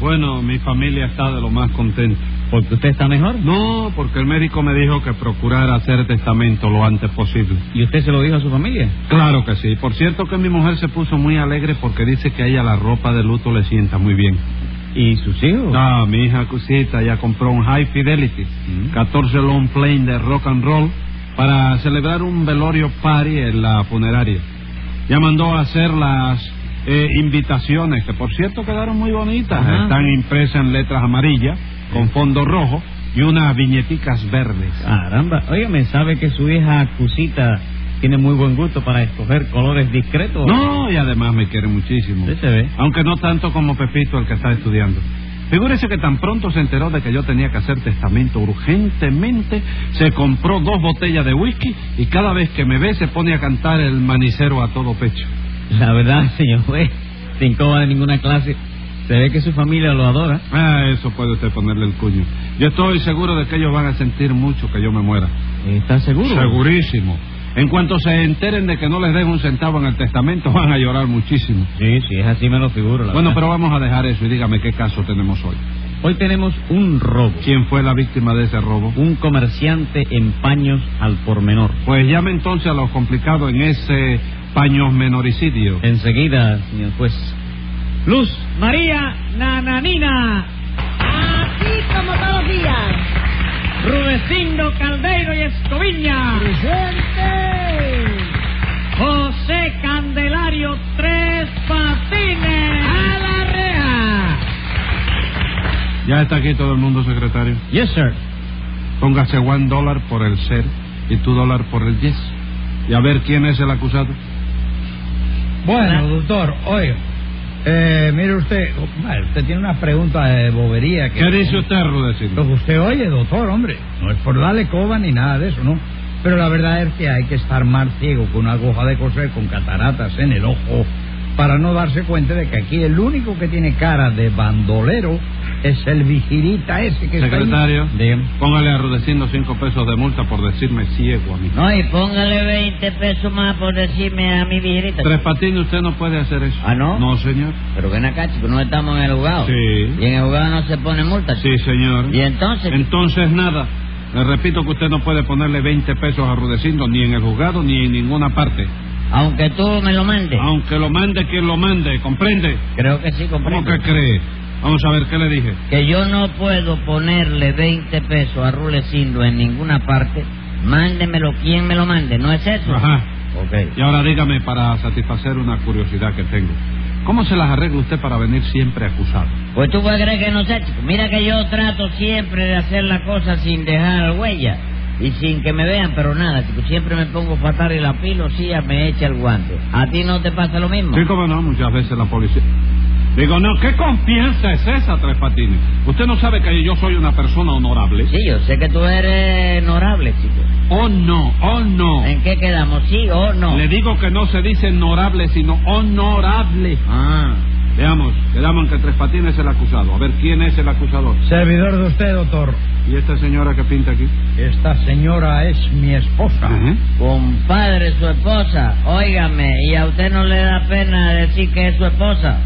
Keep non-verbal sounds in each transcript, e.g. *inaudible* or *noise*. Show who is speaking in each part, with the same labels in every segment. Speaker 1: Bueno, mi familia está de lo más contenta.
Speaker 2: Porque usted está mejor.
Speaker 1: No, porque el médico me dijo que procurara hacer testamento lo antes posible.
Speaker 2: ¿Y usted se lo dijo a su familia?
Speaker 1: Claro que sí. Por cierto que mi mujer se puso muy alegre porque dice que a ella la ropa de luto le sienta muy bien.
Speaker 2: ¿Y sus hijos?
Speaker 1: Ah, mi hija Cusita ya compró un High Fidelity, 14 long plane de rock and roll, para celebrar un velorio party en la funeraria. Ya mandó a hacer las eh, invitaciones, que por cierto quedaron muy bonitas.
Speaker 2: Ajá.
Speaker 1: Están impresas en letras amarillas, con fondo rojo, y unas viñeticas verdes.
Speaker 2: Caramba. Óigame, ¿sabe que su hija Cusita tiene muy buen gusto para escoger colores
Speaker 3: Oh.
Speaker 2: discretos?
Speaker 1: No, y además me quiere muchísimo.
Speaker 2: Usted se ve.
Speaker 1: Aunque no tanto como Pepito, el que está estudiando. Figúrese que tan pronto se enteró de que yo tenía que hacer testamento urgentemente, se compró dos botellas de whisky y cada vez que me ve se pone a cantar el manicero a todo pecho.
Speaker 2: La verdad, *laughs* señor juez, sin coba de ninguna clase, se ve que su familia lo adora.
Speaker 1: Ah, eso puede usted ponerle el cuño. Yo estoy seguro de que ellos van a sentir mucho que yo me muera.
Speaker 2: ¿Está seguro?
Speaker 1: Segurísimo. En cuanto se enteren de que no les den un centavo en el testamento, *laughs* van a llorar muchísimo.
Speaker 2: Sí, sí, es así me lo figuro. la
Speaker 1: Bueno,
Speaker 2: verdad.
Speaker 1: pero vamos a dejar eso y dígame qué caso tenemos hoy.
Speaker 2: Hoy tenemos un robo.
Speaker 1: ¿Quién fue la víctima de ese robo?
Speaker 2: Un comerciante en paños al por menor.
Speaker 1: Pues llame entonces a los complicados en ese paños menoricidio.
Speaker 2: Enseguida, señor juez. Luz María Nananina,
Speaker 3: Así como todos los días.
Speaker 2: Rudecindo Caldeiro y Escoviña,
Speaker 3: Presente.
Speaker 2: José Candelario Tres Patines.
Speaker 3: A la reja.
Speaker 1: Ya está aquí todo el mundo, secretario.
Speaker 2: Yes, sir.
Speaker 1: Póngase one dólar por el ser y tu dólar por el yes. Y a ver quién es el acusado.
Speaker 4: Bueno, doctor, oiga, eh, mire usted, madre, usted tiene una pregunta de bobería que...
Speaker 1: ¿Qué dice usted,
Speaker 4: Lo
Speaker 1: Rudecindo?
Speaker 4: que usted oye, doctor, hombre, no es por darle coba ni nada de eso, ¿no? Pero la verdad es que hay que estar más ciego con una aguja de coser con cataratas en el ojo para no darse cuenta de que aquí el único que tiene cara de bandolero es el vigilita ese que está ahí.
Speaker 1: Secretario,
Speaker 4: Dígame.
Speaker 1: póngale a Rudecindo cinco pesos de multa por decirme ciego a mí.
Speaker 3: No, y póngale 20 pesos más por decirme a mi viejita.
Speaker 1: Tres patines, usted no puede hacer eso.
Speaker 3: ¿Ah, no?
Speaker 1: No, señor.
Speaker 3: Pero ven acá, chico, no estamos en el jugado.
Speaker 1: Sí.
Speaker 3: Y en el jugado no se pone multa. chico.
Speaker 1: Sí, señor.
Speaker 3: Y entonces,
Speaker 1: Entonces, nada. Le repito que usted no puede ponerle 20 pesos a Rudecindo ni en el juzgado ni en ninguna parte.
Speaker 3: aunque tú me lo mandes,
Speaker 1: Aunque lo mande quien lo mande, ¿comprende?
Speaker 3: creo que sí
Speaker 1: Ah. ¿Cómo
Speaker 3: comprendo.
Speaker 1: que cree? Vamos a ver, ¿qué le dije?
Speaker 3: que yo no puedo ponerle 20 pesos a Rulecindo en ninguna parte, mándemelo quien me lo mande, ¿no es eso?
Speaker 1: Ajá.
Speaker 3: Ok.
Speaker 1: Y ahora dígame, para satisfacer una curiosidad que tengo, ¿cómo se las arregla usted para venir siempre acusado?
Speaker 3: Pues tú puedes creer que no sé, chico. Mira que yo trato siempre de hacer las cosas sin dejar huella y sin que me vean, pero nada, chico. Siempre me pongo fatal y la pilosía me echa el guante. ¿A ti no te pasa lo mismo?
Speaker 1: Sí, como no, muchas veces la policía... Digo, no, ¿qué confianza es esa, Tres Patines? Usted no sabe que yo soy una persona honorable.
Speaker 3: Sí, yo sé que tú eres honorable, chico.
Speaker 1: Oh, no, oh, no.
Speaker 3: ¿En qué quedamos? ¿Sí o no?
Speaker 1: Le digo que no se dice honorable, sino honorable.
Speaker 3: Ah.
Speaker 1: Veamos, quedamos en que Tres Patines es el acusado. A ver, ¿quién es el acusador?
Speaker 4: Servidor de usted, doctor.
Speaker 1: ¿Y esta señora que pinta aquí?
Speaker 4: Esta señora es mi esposa.
Speaker 1: Ajá.
Speaker 3: Compadre, su esposa, óigame, ¿y a usted no le da pena decir que es su esposa?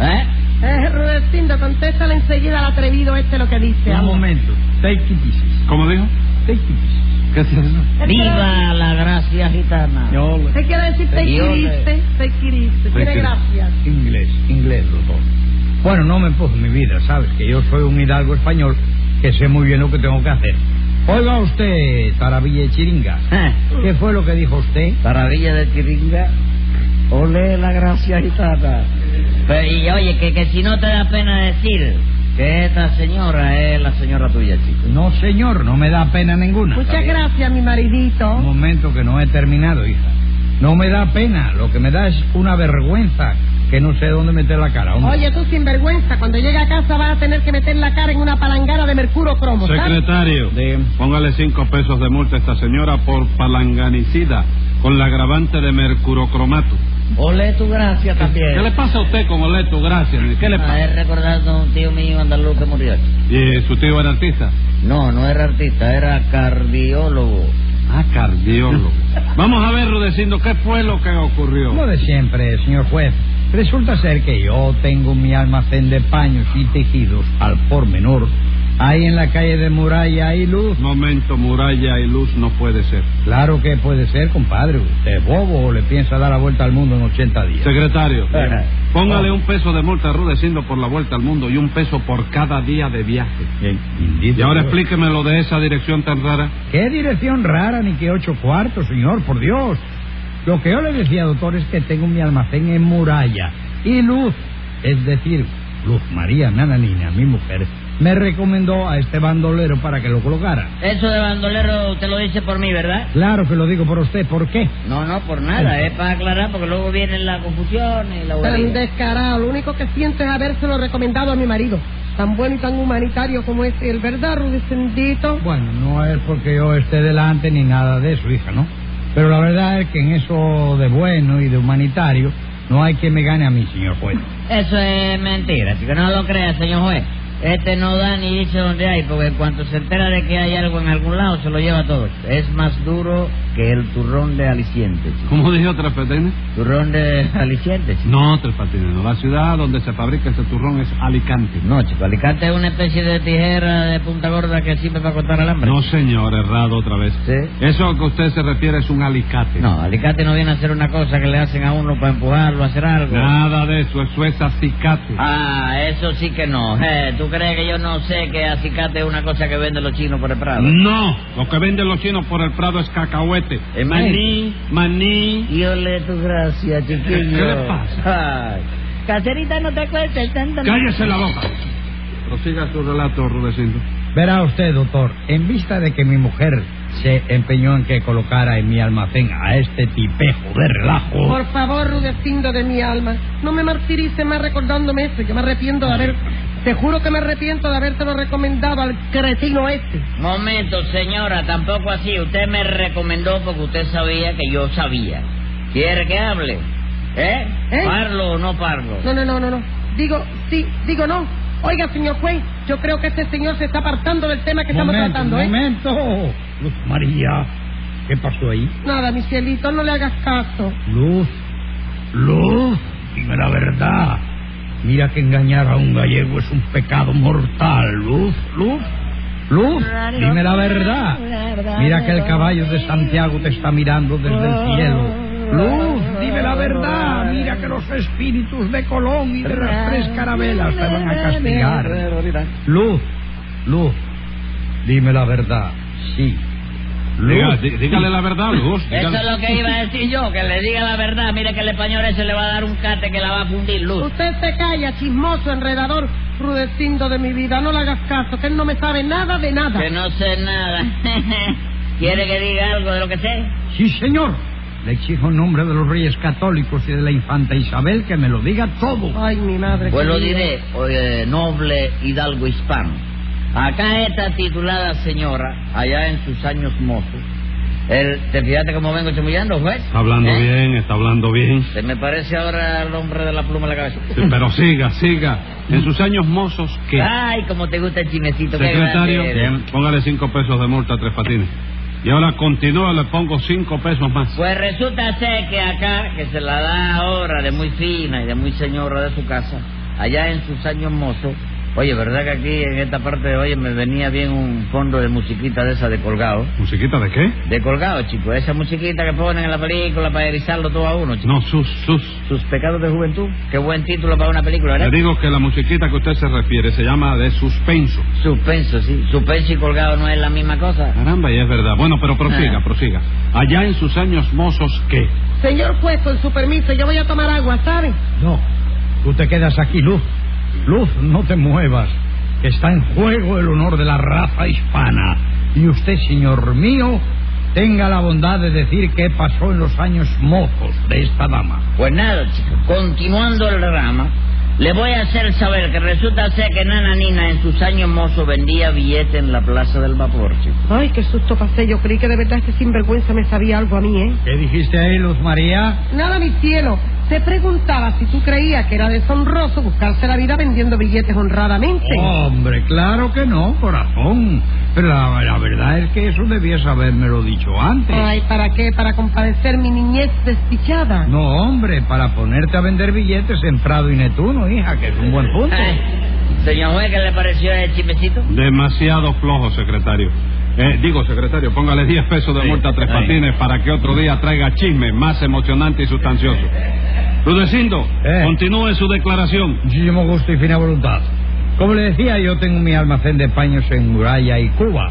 Speaker 3: ¿Eh?
Speaker 5: Eh, Rudecindo, contéstale enseguida al atrevido este lo que dice.
Speaker 4: Un
Speaker 5: amor.
Speaker 4: momento. Take it easy.
Speaker 1: ¿Cómo dijo?
Speaker 4: Take it easy.
Speaker 1: ¿Qué es eso?
Speaker 3: ¡Viva la gracia gitana!
Speaker 4: Yo
Speaker 5: Te quiero decir te
Speaker 3: Yo le-
Speaker 5: quiriste, te quiriste. Tiene
Speaker 1: quiriste.
Speaker 5: gracias.
Speaker 4: eh, Inglés, inglés, doctor. Bueno, no me puso mi vida, ¿sabes? Que yo soy un hidalgo español que sé muy bien lo que tengo que hacer. Oiga usted, Taravilla y Chiringa.
Speaker 3: ¿Eh?
Speaker 4: ¿Qué fue lo que dijo usted?
Speaker 3: Maravilla de Chiringa, ole la gracia gitana. Pero, y oye, que, que si no te da pena decir que esta señora es la señora tuya, chico.
Speaker 4: No, señor, no me da pena ninguna.
Speaker 5: Muchas
Speaker 4: Taravilla.
Speaker 5: gracias, mi maridito.
Speaker 4: Un momento que no he terminado, hija. No me da pena, lo que me da es una vergüenza que no sé dónde meter la cara. hombre.
Speaker 5: Oye, tú sinvergüenza, cuando llegue a casa vas a tener que meter la cara en una palangana de mercurio cromo. ¿sabes?
Speaker 1: Secretario, póngale cinco pesos de multa a esta señora por palanganicida con la agravante de mercurocromato.
Speaker 3: Olé tu gracia también.
Speaker 1: ¿Qué le pasa a usted con Oleto? Gracias. ¿Qué le
Speaker 3: Ah,
Speaker 1: pasa?
Speaker 3: es recordando a un tío mío andaluz que murió.
Speaker 1: ¿Y su tío era artista?
Speaker 3: No, no era artista, era cardiólogo.
Speaker 1: Ah,
Speaker 5: *laughs*
Speaker 1: cardiólogo. Vamos a ver, Rudecindo, ¿qué fue lo que ocurrió?
Speaker 4: Lo de siempre, señor juez. Resulta ser que yo tengo mi almacén de paños y tejidos al por menor ahí en la calle de Muralla y Luz.
Speaker 1: Momento, muralla y luz no puede ser.
Speaker 4: Claro que puede ser, compadre. ¿Usted es bobo o le piensa dar la vuelta al mundo en 80 días?
Speaker 1: Secretario,
Speaker 4: Ajá.
Speaker 1: póngale un peso de multa a Rudecindo por la vuelta al mundo y un peso por cada día de viaje.
Speaker 4: Bien,
Speaker 1: Y
Speaker 4: indígena.
Speaker 1: ahora explíqueme lo de esa dirección tan rara.
Speaker 4: ¿Qué dirección rara ni qué ocho cuartos, señor? Por Dios. Lo que yo le decía, doctor, es que tengo mi almacén en Muralla. Y Luz, es decir, Luz María Nananina, mi mujer, me recomendó a este bandolero para que lo colocara.
Speaker 3: Eso de bandolero usted lo dice por mí, ¿verdad?
Speaker 4: Claro que lo digo por usted, ¿por qué?
Speaker 3: No, no, por nada, es para aclarar porque luego viene la confusión y la
Speaker 5: Tan
Speaker 3: huelga.
Speaker 5: descarado, lo único que siento es habérselo recomendado a mi marido. Tan bueno y tan humanitario como es el ¿verdad, Rudecendito?
Speaker 4: Bueno, no es porque yo esté delante ni nada de eso, hija, ¿no? Pero la verdad es que en eso de bueno y de humanitario no hay quien me gane a mí, señor juez.
Speaker 3: Eso es mentira, así que no lo crea, señor juez. Este no da ni dice dónde hay, porque cuando se entera de que hay algo en algún lado, se lo lleva todo. Es más duro que el turrón de aliciente. chico.
Speaker 1: ¿Cómo dijo Tres Patines?
Speaker 3: ¿Turrón de *laughs* aliciente? chico.
Speaker 1: No, Tres Patines, no. La ciudad donde se fabrica este turrón es Alicante.
Speaker 3: No, chico, alicante es una especie de tijera de punta gorda que sirve para cortar alambre.
Speaker 1: No, señor, errado otra vez.
Speaker 3: Sí.
Speaker 1: Eso a que usted se refiere es un alicate.
Speaker 3: No, alicate no viene a hacer una cosa que le hacen a uno para empujarlo a hacer algo.
Speaker 1: Nada de eso, eso es acicate.
Speaker 3: Ah, eso sí que no. Eh, ¿Tú crees que yo no sé que acicate es una cosa que venden los chinos por el Prado?
Speaker 1: No, lo que venden los chinos por el Prado es cacahuete.
Speaker 3: Es
Speaker 1: maní, maní.
Speaker 3: Yo le tu gracia, chiquillo.
Speaker 1: ¿Qué le pasa?
Speaker 3: Ay, Caserita, no te acuerdes tanto.
Speaker 1: Cállese la boca. Prosiga su relato, Rudecindo.
Speaker 4: Verá usted, doctor, en vista de que mi mujer se empeñó en que colocara en mi almacén a este tipejo de relajo.
Speaker 5: Por favor, Rudecindo de mi alma, no me martirice más recordándome eso. Yo me arrepiento de haber... Te juro que me arrepiento de habérselo recomendado al cretino este.
Speaker 3: Momento, señora, tampoco así. Usted me recomendó porque usted sabía que yo sabía. ¿Quiere que hable? ¿Eh?
Speaker 5: ¿Eh?
Speaker 3: ¿Parlo o no parlo?
Speaker 5: No, no, no, no, no. Digo sí, digo no. Oiga, señor juez, yo creo que este señor se está apartando del tema que estamos
Speaker 4: momento,
Speaker 5: tratando, ¿eh?
Speaker 4: momento. Luz María, ¿qué pasó ahí?
Speaker 5: Nada, mi cielito, no le hagas caso.
Speaker 4: Luz, Luz, dime la verdad. Mira que engañar a un gallego es un pecado mortal. Luz, Luz, Luz, dime la verdad. Mira que el caballo de Santiago te está mirando desde el cielo. Luz, dime la verdad. Mira que los espíritus de Colón y de las tres carabelas te van a castigar. Luz, Luz, dime la verdad. Sí.
Speaker 1: Diga- dí- dígale la verdad, Luz.
Speaker 3: Eso
Speaker 1: dígale-
Speaker 3: es lo que iba a decir yo, que le diga la verdad. Mire que el español ese le va a dar un cate que la va a fundir luz.
Speaker 5: Usted se calla, chismoso, enredador, rudecindo de mi vida. No le hagas caso, que él no me sabe nada de nada.
Speaker 3: Que no sé nada. *laughs* ¿Quiere que diga algo de lo que sé?
Speaker 4: Sí, señor. Le exijo en nombre de los reyes católicos y de la infanta Isabel que me lo diga todo.
Speaker 5: Ay, mi madre.
Speaker 3: Pues lo
Speaker 5: querida.
Speaker 3: diré, oye, noble hidalgo hispano. Acá esta titulada señora, allá en sus años mozos, el, ¿te fijaste cómo vengo chamullando, juez?
Speaker 1: Está hablando
Speaker 3: ¿Eh?
Speaker 1: bien, está
Speaker 3: *laughs*
Speaker 1: hablando bien.
Speaker 3: Se me parece ahora el hombre de la pluma en la cabeza.
Speaker 1: Sí, pero siga, siga. En sus años mozos, ¿qué?
Speaker 3: Ay, como te gusta el chismecito. qué
Speaker 1: Secretario,
Speaker 3: grande eres.
Speaker 1: póngale cinco pesos de multa a Tres Patines. Y ahora continúa, le pongo cinco pesos más.
Speaker 3: Pues resulta ser que acá, que se la da ahora de muy fina y de muy señora de su casa, allá en sus años mozos, oye, ¿verdad que aquí en esta parte, oye, me venía bien un fondo de musiquita de esa de colgado?
Speaker 1: ¿Musiquita de qué?
Speaker 3: De colgado, chico. Esa musiquita que ponen en la película para erizarlo todo a uno, chico.
Speaker 1: No, sus, sus.
Speaker 3: Sus pecados de juventud. Qué buen título para una película,
Speaker 1: Le
Speaker 3: ¿verdad?
Speaker 1: digo que la musiquita que usted se refiere se llama de suspenso.
Speaker 3: Suspenso, sí. Suspenso y colgado no es la misma cosa.
Speaker 1: Caramba, y es verdad. Bueno, pero prosiga,
Speaker 3: Ah.
Speaker 1: prosiga. Allá en sus años mozos, ¿qué?
Speaker 5: Señor juez, con su permiso, yo voy a tomar agua, ¿sabe?
Speaker 4: No, tú te quedas aquí, Luz. Luz, no te muevas. que Está en juego el honor de la raza hispana. Y usted, señor mío, tenga la bondad de decir qué pasó en los años mozos de esta dama.
Speaker 3: Pues nada, chicos, continuando el rama, Le voy a hacer saber que resulta ser que Nana Nina en sus años mozos vendía billetes en la Plaza del Vapor, chico.
Speaker 5: Ay, qué susto pasé. Yo creí que de verdad este sinvergüenza me sabía algo a mí, ¿eh?
Speaker 4: ¿Qué dijiste ahí, Luz María?
Speaker 5: Nada, mi cielo. Te preguntaba si tú creías que era deshonroso buscarse la vida vendiendo billetes honradamente.
Speaker 4: Hombre, claro que no, corazón. Pero la, la verdad es que eso debías habérmelo dicho antes.
Speaker 5: Ay, ¿para qué? ¿Para compadecer mi niñez desdichada?
Speaker 4: No, hombre, para ponerte a vender billetes en Prado y Netuno, hija, que es un buen punto.
Speaker 3: Ay, señor juez, ¿qué le pareció el chimecito?
Speaker 1: Demasiado flojo, secretario. Eh, digo, secretario, póngale 10 pesos de
Speaker 3: Sí.
Speaker 1: multa a Tres
Speaker 3: Ahí.
Speaker 1: Patines para que otro día traiga chisme más emocionante y sustancioso. Rudecindo,
Speaker 4: Eh.
Speaker 1: continúe su declaración.
Speaker 4: Muchísimo gusto y fina voluntad. Como le decía, yo tengo mi almacén de paños en Muralla y Cuba.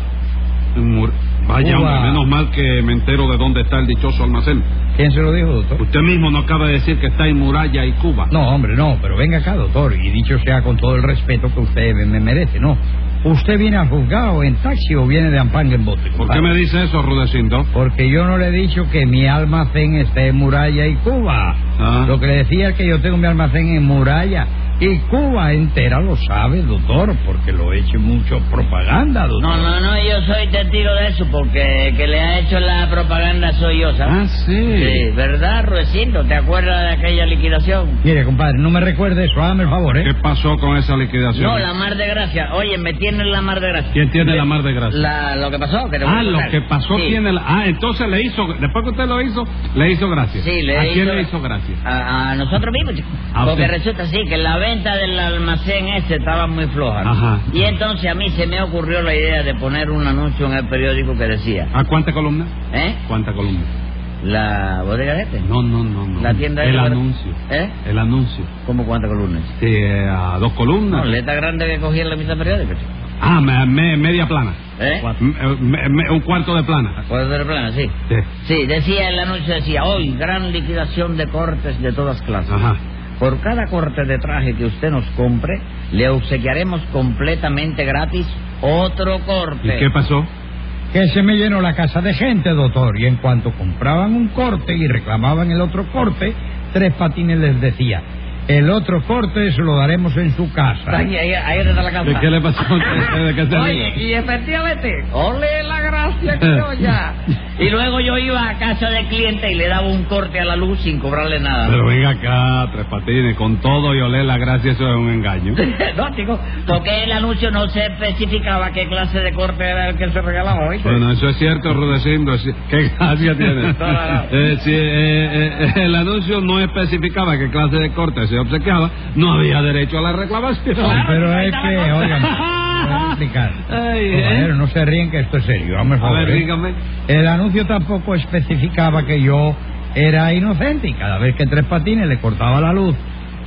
Speaker 1: Mur- Vaya,
Speaker 4: Uva.
Speaker 1: hombre, menos mal que me entero de dónde está el dichoso almacén.
Speaker 4: ¿Quién se lo dijo, doctor?
Speaker 1: Usted mismo no acaba de decir que está en Muralla y Cuba.
Speaker 4: No, hombre, no, pero venga acá, doctor, y dicho sea con todo el respeto que usted me, me merece, ¿no? ¿Usted viene al juzgado en taxi o viene de Ampanga en bote?
Speaker 1: ¿Por qué me dice eso, Rudecindo?
Speaker 4: Porque yo no le he dicho que mi almacén esté en Muralla y Cuba.
Speaker 1: Ah.
Speaker 4: Lo que le decía es que yo tengo mi almacén en Muralla y Cuba entera lo sabe, doctor, porque lo he hecho mucho propaganda, doctor.
Speaker 3: No, no, no, yo soy testigo de eso porque el que le ha hecho la propaganda soy yo, ¿sabes?
Speaker 1: Ah, sí.
Speaker 3: Sí, ¿verdad, Ruecindo? ¿Te acuerdas de aquella liquidación?
Speaker 4: Mire, compadre, no me recuerde eso, hágame el favor,
Speaker 1: ¿Qué
Speaker 4: ¿eh?
Speaker 1: pasó con esa liquidación?
Speaker 3: No, la mar de gracia. Oye, me tienen la mar de gracia.
Speaker 1: ¿Quién tiene la mar de gracia?
Speaker 3: La, lo que pasó, que te voy a
Speaker 1: Ah, lo
Speaker 3: contar.
Speaker 1: que pasó
Speaker 3: Sí.
Speaker 1: tiene la... Ah, entonces le hizo... Después que usted lo hizo, le hizo gracia.
Speaker 3: Sí, le
Speaker 1: ¿A
Speaker 3: hizo-
Speaker 1: quién le hizo gracia?
Speaker 3: A, a nosotros mismos, chico.
Speaker 1: A
Speaker 3: Porque
Speaker 1: usted.
Speaker 3: resulta así que la venta del almacén ese estaba muy floja. ¿no?
Speaker 1: Ajá.
Speaker 3: Y entonces a mí se me ocurrió la idea de poner un anuncio en el periódico que decía,
Speaker 1: ¿A cuánta columna?
Speaker 3: ¿eh?
Speaker 1: ¿Cuánta columna?
Speaker 3: La bodega de este.
Speaker 1: No, no, no, no.
Speaker 3: La tienda
Speaker 1: El
Speaker 3: esa-
Speaker 1: anuncio.
Speaker 3: ¿Eh?
Speaker 1: El anuncio.
Speaker 3: ¿Cómo cuántas columnas?
Speaker 1: Sí, eh, a dos
Speaker 3: No,
Speaker 1: columnas.
Speaker 3: letra grande que cogía en la mitad del periódico. chico.
Speaker 1: Ah, me- me- media plana.
Speaker 3: ¿Eh?
Speaker 1: Me- me- me- un cuarto de plana.
Speaker 3: Cuadro del plano, sí.
Speaker 1: Sí.
Speaker 3: Sí, decía el anuncio, decía, hoy gran liquidación de cortes de todas clases.
Speaker 1: Ajá.
Speaker 3: Por cada corte de traje que usted nos compre, le obsequiaremos completamente gratis otro
Speaker 1: ¿Y
Speaker 3: corte.
Speaker 1: qué pasó?
Speaker 4: Que se me llenó la casa de gente, doctor, y en cuanto compraban un corte y reclamaban el otro corte, Tres Patines les decía, el otro corte se lo daremos en su casa.
Speaker 3: Ahí, ahí, ahí está la
Speaker 1: ¿De
Speaker 3: casa.
Speaker 1: qué le pasó? ¿De de qué se
Speaker 5: Oye,
Speaker 1: ríe?
Speaker 5: y efectivamente, ole la
Speaker 1: *laughs*
Speaker 5: gracia criolla.
Speaker 3: Y luego yo iba a casa de cliente y le daba un corte a la luz sin cobrarle nada.
Speaker 1: Pero venga acá, Tres Patines, con todo y olé la gracia, eso es un engaño.
Speaker 3: *laughs* no, chico, porque el anuncio no se especificaba qué clase de corte era el que se regalaba, ¿oíste?
Speaker 1: Bueno, eso es cierto, Rudecindo. es- ¿Qué gracia
Speaker 3: *laughs* No,
Speaker 1: tiene?
Speaker 3: no, no.
Speaker 1: Eh, si eh, eh, el anuncio no especificaba qué clase de corte se obsequiaba, no había derecho a la reclamación.
Speaker 4: No,
Speaker 1: *laughs*
Speaker 4: pero
Speaker 3: Claro,
Speaker 4: es
Speaker 3: ahí
Speaker 4: que,
Speaker 3: estaba.
Speaker 4: oigan, voy a explicar.
Speaker 1: Ay,
Speaker 4: Compañero,
Speaker 1: eh.
Speaker 4: no se ríen que esto es serio, vamos
Speaker 1: A ver,
Speaker 4: ¿eh?
Speaker 1: dígame.
Speaker 4: El anuncio tampoco especificaba que yo era inocente y cada vez que Tres Patines le cortaba la luz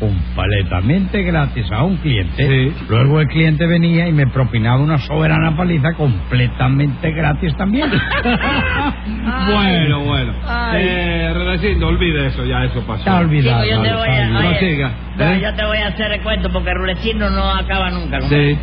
Speaker 4: completamente gratis a un cliente,
Speaker 1: Sí.
Speaker 4: luego el cliente venía y me propinaba una soberana paliza completamente gratis también.
Speaker 1: *laughs*
Speaker 4: *laughs*
Speaker 1: Bueno, bueno.
Speaker 5: Ay.
Speaker 1: Eh, Rudecindo, olvide eso, ya eso pasó.
Speaker 4: Está olvidado.
Speaker 3: Chico, yo te voy
Speaker 4: está
Speaker 3: a...
Speaker 4: olvidado.
Speaker 1: No
Speaker 3: oye,
Speaker 1: siga,
Speaker 3: no,
Speaker 1: ¿eh?
Speaker 3: yo te voy a hacer el cuento porque Rulecino no acaba nunca. compadre.
Speaker 1: Sí.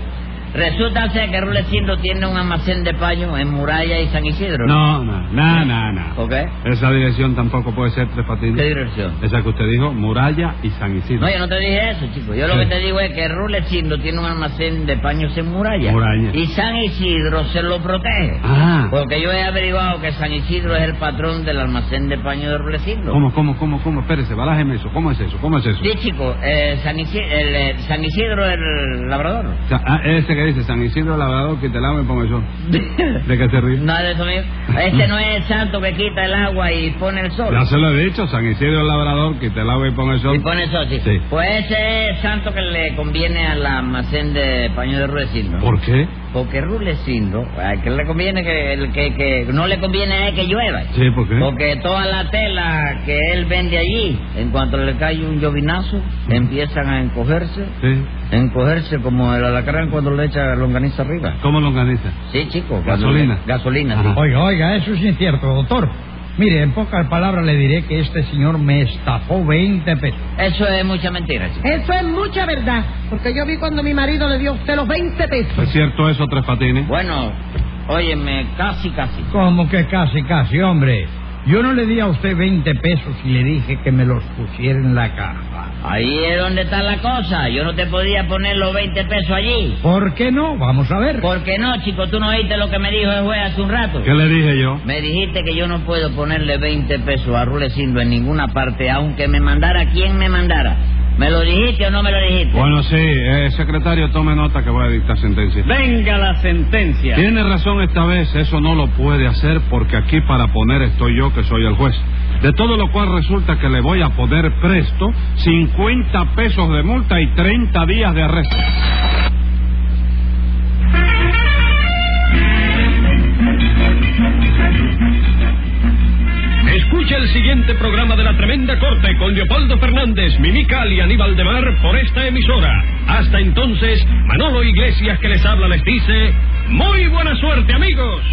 Speaker 3: Resulta ser que Rulecindo tiene un almacén de paño en Muralla y San Isidro.
Speaker 1: No, no, no, no, no.
Speaker 3: ¿Ok?
Speaker 1: Esa dirección tampoco puede ser Tres
Speaker 3: ¿Qué
Speaker 1: Patines.
Speaker 3: dirección?
Speaker 1: Esa que usted dijo, Muralla y San Isidro.
Speaker 3: No, yo no te dije eso, chico. Yo lo
Speaker 1: Sí.
Speaker 3: que te digo es que Rulecindo tiene un almacén de paños en Muralla.
Speaker 1: Muralla.
Speaker 3: Y San Isidro se lo protege.
Speaker 1: Ah,
Speaker 3: Porque yo he averiguado que San Isidro es el patrón del almacén de paños de Rulecindo.
Speaker 1: ¿cómo, cómo, cómo, cómo? Espérese, balájeme eso. ¿Cómo es eso? ¿Cómo es eso?
Speaker 3: Sí, chico, eh, San, Isi- el, eh, San Isidro el labrador.
Speaker 1: O sea, ah, ese que dice San Isidro Labrador, Quitelamo y Pomezón. ¿De qué se ríe?
Speaker 3: No, de eso mío.
Speaker 1: Mm.
Speaker 3: Este no es el santo que quita el agua y pone el sol.
Speaker 1: Ya se lo he dicho, San Isidro Labrador, Quitelamo y
Speaker 3: Y
Speaker 1: Pomezón.
Speaker 3: pone el sol, sí.
Speaker 1: Sí.
Speaker 3: Pues ese es el santo que le conviene al almacén de paño de Rulecindo.
Speaker 1: ¿Por qué?
Speaker 3: Porque Rulecindo, a que le conviene que, el que, que no le conviene es que llueva.
Speaker 1: Sí, ¿por qué?
Speaker 3: Porque toda la tela que él vende allí, en cuanto le cae un llovinazo,
Speaker 1: Mm.
Speaker 3: empiezan a encogerse,
Speaker 1: Sí.
Speaker 3: encogerse como el alacrán cuando le echa longaniza arriba.
Speaker 1: ¿Cómo lo organiza?
Speaker 3: Sí, chico.
Speaker 1: Gasolina.
Speaker 3: Gasolina, sí.
Speaker 1: Ajá.
Speaker 4: Oiga, oiga, eso es incierto, doctor. Mire, en pocas palabras le diré que este señor me estafó 20 pesos.
Speaker 3: Eso es mucha mentira, chico.
Speaker 5: Eso es mucha verdad, porque yo vi cuando mi marido le dio a usted los 20
Speaker 1: ¿Es
Speaker 5: pesos.
Speaker 1: cierto eso, Tres Patines?
Speaker 3: Bueno, óyeme, casi, casi.
Speaker 4: Como que casi, casi, hombre? Yo no le di a usted 20 pesos y le dije que me los pusiera en la caja.
Speaker 3: Ahí es donde está la cosa. Yo no te podía poner los 20 pesos allí.
Speaker 4: ¿Por qué no? Vamos a ver.
Speaker 3: ¿Por qué no, chico? Tú no oíste lo que me dijo el juez hace un rato.
Speaker 1: ¿Qué le dije yo?
Speaker 3: Me dijiste que yo no puedo ponerle 20 pesos a Rulecindo en ninguna parte, aunque me mandara quien me mandara. ¿Me lo dijiste o no me lo dijiste?
Speaker 1: Bueno, sí, eh, secretario, tome nota que voy a dictar sentencia.
Speaker 2: Venga la sentencia.
Speaker 1: Tiene razón esta vez, eso no lo puede hacer porque aquí para poner estoy yo que soy el juez. De todo lo cual resulta que le voy a poner presto 50 pesos de multa y 30 días de arresto.
Speaker 6: Escucha el siguiente programa de La Tremenda Corte con Leopoldo Fernández, Mimical y Aníbal de Mar por esta emisora. Hasta entonces, Manolo Iglesias que les habla les dice, muy buena suerte amigos.